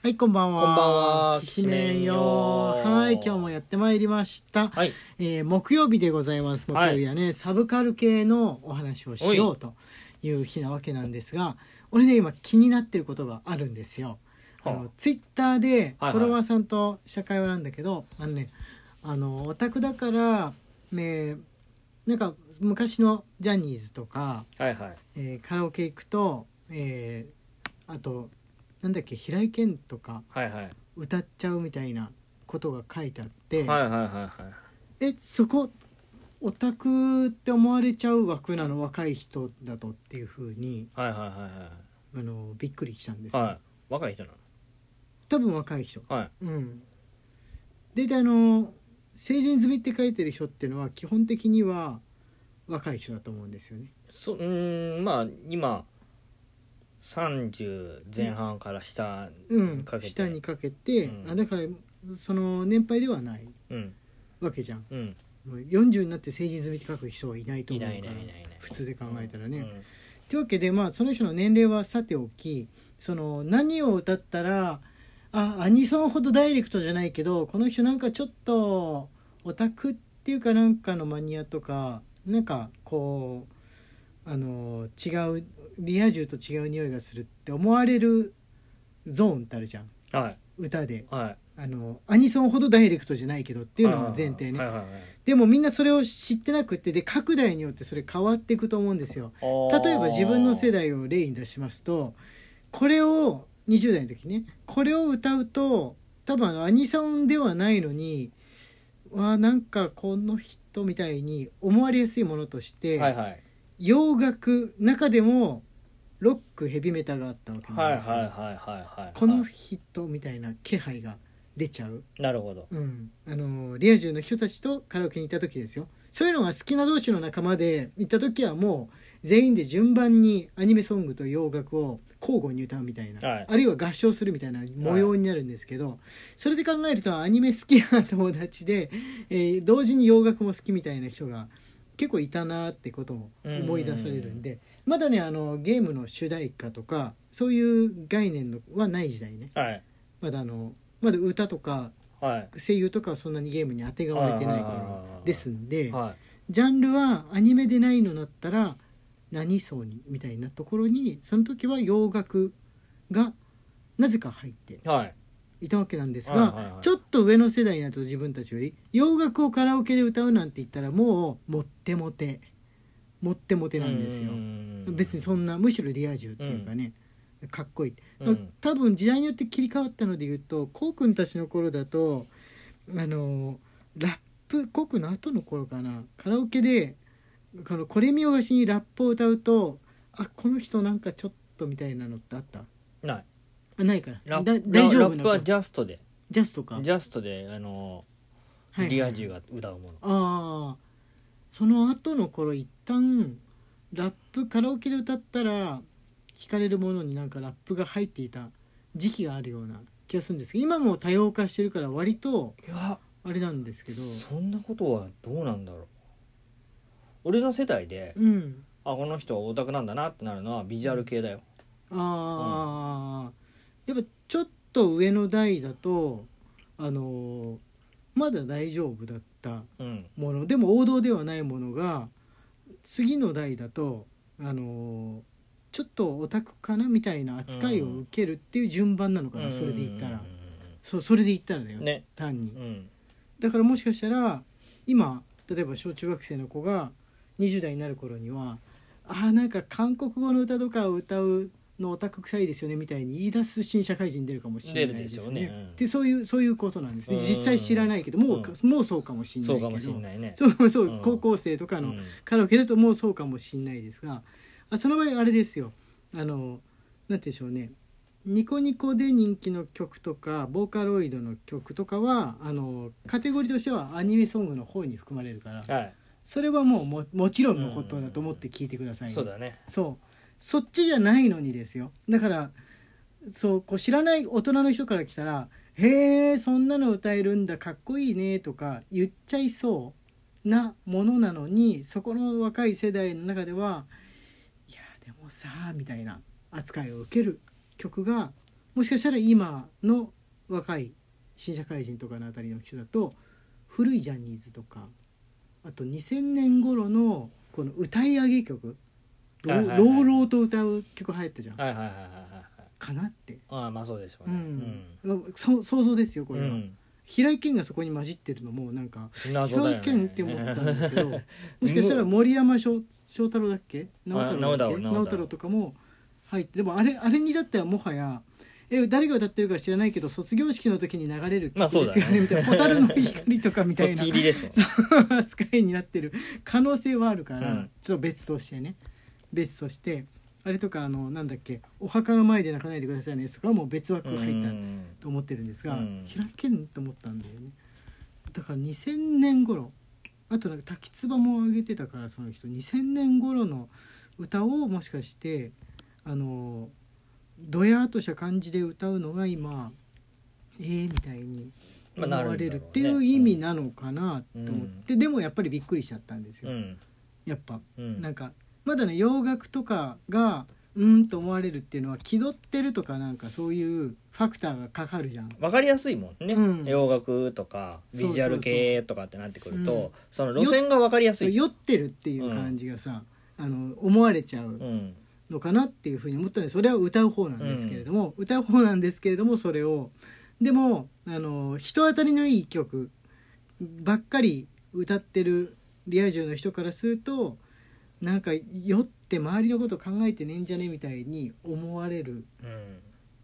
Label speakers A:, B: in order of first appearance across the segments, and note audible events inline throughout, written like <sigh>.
A: はい、こんばんは。
B: こんばんは
A: きしめんよ。
B: きしめんよ
A: はい、今日もやってまいりました。
B: はい
A: えー木曜日でございます。木
B: はい
A: 曜日はね、サブカル系のお話をしようという日なわけなんですが、俺ね、今気になってることがあるんですよ。あ
B: はあ
A: の、ツイッターで、フ
B: はいはい
A: ォロワーさんと社会はなんだけど、あのね、あの、オタクだから、ね、なんか昔のジャニーズとか、
B: はいはい
A: えーカラオケ行くと、えーあとなんだっけ平井堅とか
B: はいはい
A: 歌っちゃうみたいなことが書いてあっ
B: は
A: て、
B: いはいはいはい
A: えそこオタクって思われちゃう枠なの若い人だとっていうふうに
B: はいはいは
A: あのびっくりしたんです
B: い
A: よ、
B: はい若い人な
A: 多分若い人。
B: のはい
A: うん、でであの成人済みって書いてる人っていうのは基本的には若い人だと思うんですよね。
B: そうーんまあ今30前半から下
A: うん、
B: かけて
A: 下にかけて、
B: うん
A: あだからその年配ではない
B: うん
A: わけじゃん。
B: うん
A: もう40になって成人済みって書く人はいないと
B: い
A: 思うか
B: な
A: ら
B: いいないいないいない
A: 普通で考えたら
B: う
A: ね。
B: ん
A: というわけで、まあ、その人の年齢はさておきその何を歌ったらあアニソンほどダイレクトじゃないけどこの人なんかちょっとオタクっていうかなんかのマニアとかなんかこうあの違うリア充と違う匂いがするって思われるゾーンってあるじゃん
B: はい
A: 歌で
B: はいっ
A: あのアニソンほどダイレクトじゃないけどっていうのが前提ね
B: はい。はいはい
A: でもみんなそれを知ってなくってで各代によってそれ変わっていくと思うんですよ。
B: はい
A: 例えば自分の世代を例に出しますとこれを20代の時ねこれを歌うと多分あのアニソンではないのにわあなんかこの人みたいに思われやすいものとして、
B: はいはい
A: 洋楽中でもロックヘビメタがあったわけ
B: はい
A: な
B: は
A: ん
B: い
A: ですよ。
B: はいはいはい
A: この人みたいな気配が出ちゃう。
B: なるほど
A: うん、あのリア充の人たちとカラオケに行った時ですよそういうのが好きな同士の仲間で行った時はもう全員で順番にアニメソングと洋楽を交互に歌うみたいな、
B: はい
A: あるいは合唱するみたいな模様になるんですけど、それで考えるとアニメ好きな友達で、えー同時に洋楽も好きみたいな人が結構いたなってことも思い出されるんで、まだねあのゲームの主題歌とかそういう概念のはない時代ね
B: はい
A: まだあのまだ歌とか
B: はい
A: 声優とかはそんなにゲームにあてがわれてないか
B: はいはいはいは
A: ら
B: い
A: ですんで
B: は
A: ジャンルはアニメでないのだったら何層にみたいなところにその時は洋楽がなぜか入って
B: いはい
A: いたわけなんです
B: はいはい
A: が
B: はい
A: ちょっと上の世代になると自分たちより洋楽をカラオケで歌うなんて言ったらもうもってもてもってもてなんですよ
B: う。ん
A: 別にそんなむしろリア充っていうかね、かっこいい、
B: うん
A: 多分時代によって切り替わったので言うとこうくんたちの頃だとあのラップこうくんの後の頃かなカラオケでこのこれ見よがしにラップを歌うとあこの人なんかちょっとみたいなのってあった
B: ない
A: あないから
B: ラッ
A: だ
B: プ
A: 大丈夫
B: ラッ
A: な
B: プ
A: の
B: は
A: か
B: ジャストで
A: ジャストか
B: ジャストであの
A: はい
B: リア充が歌うもの
A: ああその後の頃一旦ラップカラオケで歌ったら聞かれるものになんかラップが入っていた時期があるような気がするんですけど今もう多様化してるから割と
B: いや
A: あれなんですけど
B: そんなことはどうなんだろう俺の世代で、
A: うん
B: あこの人はオタクなんだなってなるのはビジュアル系だよ、
A: ああ、やっぱちょっと上の代だとあのーまだ大丈夫だった
B: うん、
A: ものでも王道ではないものが次の代だとあのーちょっとオタクかなみたいな扱いを受けるっていう順番なのかな、それで言ったらそうそれで言ったらだよ、
B: ね
A: 単
B: う
A: に
B: ん
A: だからもしかしたら今例えば小中学生の子が20代になる頃にはあーなんか韓国語の歌とかを歌うのオタク臭いですよねみたいに言い出す新社会人出るかもしれないですよね。
B: 出るでしょうねうん
A: でそういうそういうことなんですね
B: うん
A: 実際知らないけどもうか、もうそうかもしれない
B: そう
A: けど
B: かもしれないね
A: そうそう、
B: うん
A: 高校生とかの
B: うん
A: カラオケだともうそうかもしんないですがあその場合あれですよあのなんて言うんでしょうねニコニコで人気の曲とかボーカロイドの曲とかはあのカテゴリーとしてはアニメソングの方に含まれるから
B: はい、
A: それはもうももちろんのことだと思って聞いてくださいね、
B: そうだね
A: そうそっちじゃないのにですよだからそうこう知らない大人の人から来たら「へえそんなの歌えるんだかっこいいね」とか言っちゃいそうなものなのにそこの若い世代の中では「いやでもさ」みたいな扱いを受ける曲がもしかしたら今の若い新社会人とかのあたりの人だと古いジャニーズとかあと2000年頃のこの歌い上げ曲
B: はいはい
A: ろう
B: はい
A: 朗々と歌う曲流行ったじゃん
B: はいはいはいはいはい
A: かなって、
B: ああまあそうでしょう
A: う
B: ね
A: んそ想像ですよこ
B: うん、
A: れ
B: う
A: は、
B: ん、
A: 平井堅がそこに混じってるのもなんか
B: 謎だ
A: 平
B: よ、
A: 井
B: ね、
A: 堅って思ってたんだけ
B: <laughs>
A: どもしかしたら森山翔翔太郎だっけ直太郎だっけ
B: あ直太郎
A: 直太郎とかも入ってでもあれあれにだってはもはやえ誰が歌ってるか知らないけど卒業式の時に流れる曲
B: まあ
A: ですよ
B: そうだね
A: ねみたいな「蛍の光」とかみた
B: <laughs> そっ
A: いな
B: ち入りでしょ
A: <laughs> 扱いになってる可能性はあるから、
B: うん
A: ちょっと別としてね別としてあれとかあのなんだっけお墓の前で泣かないでくださいねそこはもう別枠
B: うん
A: 入ったと思ってるんですが、
B: うん
A: 開けんと思ったんだよねだから2000年頃あとなんか滝つばも上げてたからその人2000年頃の歌をもしかしてあのドヤーとした感じで歌うのが今えー、みたいに
B: まあ
A: 思
B: なるんだろうね
A: われるっていう意味なのかなと思って、でもやっぱりびっくりしちゃったんですよ、
B: うん
A: やっぱ。
B: うん
A: なんかまだね洋楽とかがうーんと思われるっていうのは気取ってるとかなんかそういうファクターがかかるじゃん。
B: わかりやすいもんね、
A: うん
B: 洋楽とかビジュアル系とかってなってくると
A: そうそう
B: その路線がわかりやすい
A: 酔ってるっていう感じがさ、あの思われちゃ
B: う
A: うんのかなっていうふうに思ったんでそれは歌う方なんですけれども、歌う方なんですけれどもそれをでもあの人当たりのいい曲ばっかり歌ってるリア充の人からするとなんか酔って周りのこと考えてねえんじゃねみたいに思われる
B: う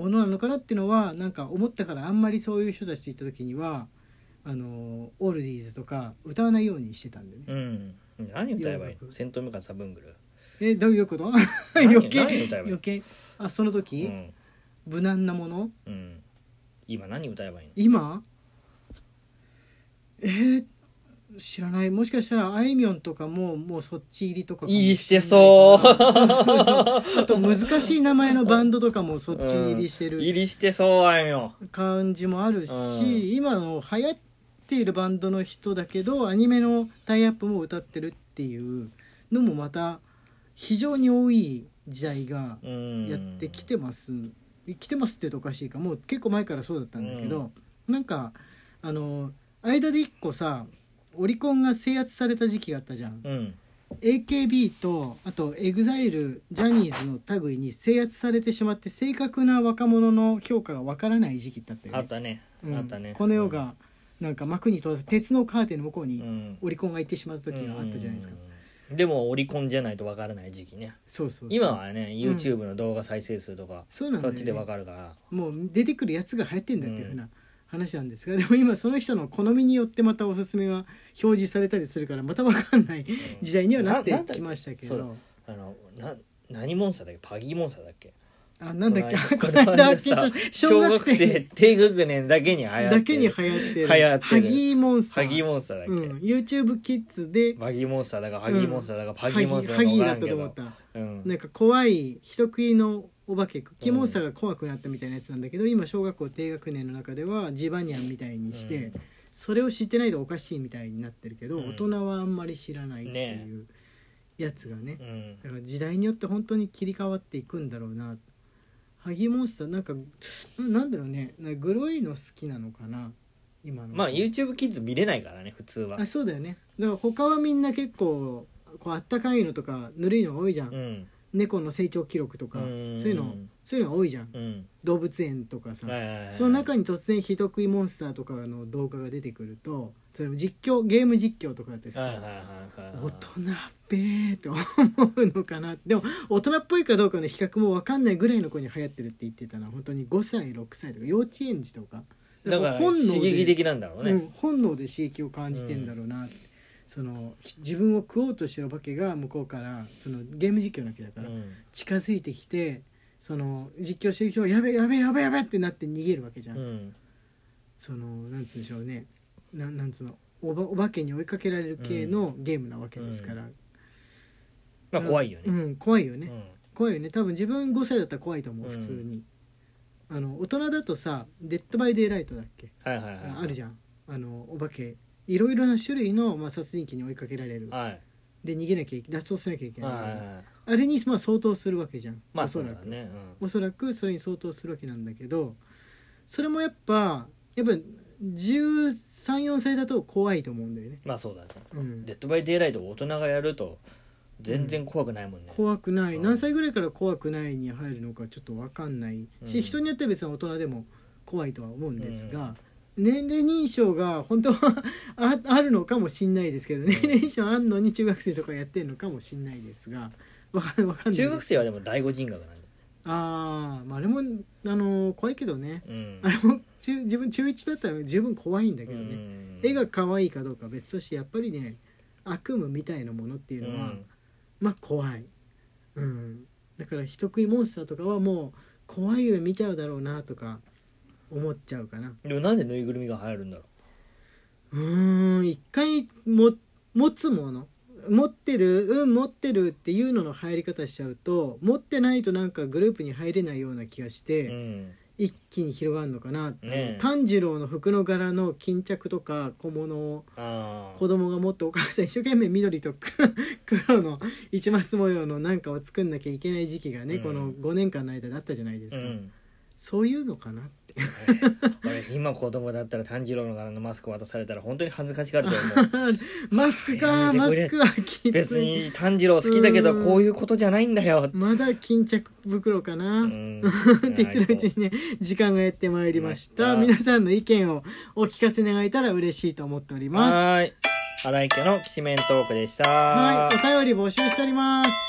B: ん
A: ものなのかなっていうのはなんか思ったからあんまりそういう人たちと行った時にはあのオールディーズとか歌わないようにしてたんでね。
B: うん何歌えばいい
A: 洋
B: の「
A: 楽
B: セントメカサブングル
A: えどういうこと
B: 何
A: <laughs> 余計
B: 何歌えばいい
A: 余計あその」
B: う
A: 時、
B: ん
A: 無難なもの
B: うん、今何歌えばいいの
A: 今えー知らないもしかしたらあいみょんとかももうそっち入りとかかも
B: いいしてそう
A: そうそうそうあと難しい名前のバンドとかもそっち入りしてる、
B: うん入りしてそうあいみょん
A: 感じもあるし、
B: うん
A: 今の流行っているバンドの人だけどアニメのタイアップも歌ってるっていうのもまた非常に多い時代が
B: うん
A: やってきてます、来てますって言うとおかしいかもう結構前からそうだったんだけど、なんかあの間で一個さオリコンが制圧された時期があったじゃん。
B: うん、
A: AKB とあと EXILE ジャニーズの類に制圧されてしまって正確な若者の評価がわからない時期だったよ
B: あ
A: ね
B: ったね、
A: うん
B: あったね
A: この世がなんか幕に閉ざさ鉄のカーテンの向こう
B: う
A: に
B: ん
A: オリコンが行ってしまった時があったじゃないですか、
B: うんでもオリコンじゃないとわからない時期ね
A: そうそうそう
B: 今はね YouTube の動画再生数とか、
A: そうなん
B: そ
A: だよ
B: っ
A: ね
B: ちでわかるから
A: もう出てくるやつが流行ってんだっていうふうな話なんですが、でも今その人の好みによってまたおすすめは表示されたりするからまたわかんない時代にはなって
B: ななんだっけ
A: きましたけ
B: そ
A: ど
B: うあのな何モンスターだっけパギーモンスターだっけ
A: あなんだっけこ
B: こ
A: の
B: の
A: 間
B: 間
A: 聞い <laughs>
B: さ
A: た小
B: 小
A: 学
B: 学
A: 生
B: 生低学年だけに流行ってる
A: だけに流行って
B: 流
A: る
B: 行ってる
A: ハギーモンスター
B: ハギーモンスターだっけ、
A: うん、YouTube キッズで
B: バギーモンスターだかハギーモンスターだか、パ
A: ハ
B: ギ
A: ギ
B: ーモンスター
A: ーハ
B: だか
A: ギ
B: 分
A: ー
B: から
A: だ
B: ん
A: った
B: け
A: と思っ
B: ど、う
A: た
B: ん
A: なんか怖い人食いのお化けクッキーモンスターが怖くなったみたいなやつなんだけど、今小学校低学年の中ではジバニャンみたいにして、
B: うん
A: それを知ってないとおかしいみたいになってるけど、
B: うん
A: 大人はあんまり知らないっていうやつがね
B: うん
A: だから時代によって本当に切り替わっていくんだろうなハギーモンスターなんかうんなんだろうねなんかグロいの好きなのかな今の
B: まあ YouTube キッズ見れないからね普通は
A: あそうだよねだから他はみんな結構こうあったかいのとかぬるいのが多いじゃん、
B: うん
A: 猫の成長記録とか
B: う
A: そう
B: ーん
A: いうのそういうのが多いじゃん
B: うん
A: 動物園とかさ、その中に突然人食いモンスターとかの動画が出てくるとそれも実況ゲーム実況とかだって
B: はいはいは
A: さ
B: いはいはい
A: 大人っべーと思うのかなでも大人っぽいかどうかの比較も分かんないぐらいの子に流行ってるって言ってたな本当に5歳6歳とか幼稚園児とか
B: だから
A: 本能
B: 刺
A: で
B: 激的なんだろうね、
A: うん、本能で刺激を感じてんだろうなって、そのひ自分を食おうとしてるお化けが向こうからそのゲーム実況なわけだから、
B: うん
A: 近づいてきてその実況してる人が「やべえやべえやべえやべえ」ってなって逃げるわけじゃん、
B: うん
A: そのなんつうんでしょうねななんつうのおばお化けに追いかけられる系のゲームなわけですから、
B: まあ怖いよ
A: う
B: ね、
A: ん、怖いよ
B: う
A: ね、
B: ん
A: 怖いよね多分自分5歳だったら怖いと思う
B: うん
A: 普通に、あの大人だとさ「デッド・バイ・デイ・ライト」だっけ
B: はいはいはい
A: あるじ
B: ゃ
A: ゃんあのお化けいろいろな種類の、まあ、殺人鬼に追いかけられる
B: はい
A: で逃げなきゃいけ脱走しなきゃいけ
B: はい
A: ない、
B: はいはい
A: あれにまあ相当するわけじゃん、
B: まあ
A: お
B: そ
A: そうら
B: だ
A: く、
B: ね
A: おそらくそれに相当するわけなんだけどそれもやっぱやっぱ134歳だと怖いと思うんだよね、
B: うんまあそうだね
A: うん、
B: デッドバイデイライトを大人がやると全然怖くないもんね、
A: 怖くない
B: うん
A: 何歳ぐらいから怖くないに入るのかちょっと分かんない
B: う
A: し、
B: ん
A: 人によっては別に大人でも怖いとは思うんですが、年齢認証が本当はああるのかもしんないですけど、年齢認証あんのに中学生とかやってるのかもしんないですが分かんわかんないです
B: 中学生はでも第五人格なんで、
A: ああまああれもあの怖いけどね
B: うん
A: あれも中自分中1だったら十分怖いんだけどね、
B: うん
A: 絵が可愛いかどうかは別としてやっぱりね悪夢みたいなものっていうのは、
B: うん
A: まあ怖い、うん、だから人食いモンスターとかはもう怖い夢見ちゃうだろうなとか思っちゃうかな
B: でもなんでぬいぐるみが入るんだろ
A: うーん一回も持つもの持ってるうん持ってるっていうのの入り方しちゃうと持ってないとなんかグループに入れないような気がし
B: う、
A: て、
B: うん
A: 一気に広がるのかなって、
B: ねえ
A: 炭治郎の服の柄の巾着とか小物を
B: あー
A: 子供が持ってお母さん一生懸命緑とく <laughs> 黒の市松模様のなんかを作んなきゃいけない時期がね、
B: うん
A: この5年間の間だったじゃないです
B: う
A: か、
B: ん、
A: そういうのかなって
B: 俺今子供だったら炭治郎の柄のマスク渡されたら本当に恥ずかしがると思う
A: <laughs> マスクか
B: やめ
A: マ
B: て
A: ス
B: く
A: クはき
B: 別
A: つい
B: に炭治郎好きだけど
A: うん
B: こういうことじゃないんだよ、
A: まだ巾着袋かな、
B: う
A: っ
B: ん、
A: て言 <laughs> ってるうちにね時間がやってまいりました、
B: まいりま
A: 皆さんの意見をお聞かせ願えたら嬉しいと思っております
B: はーい荒井家のきしめんトークでした
A: はいお便り募集しております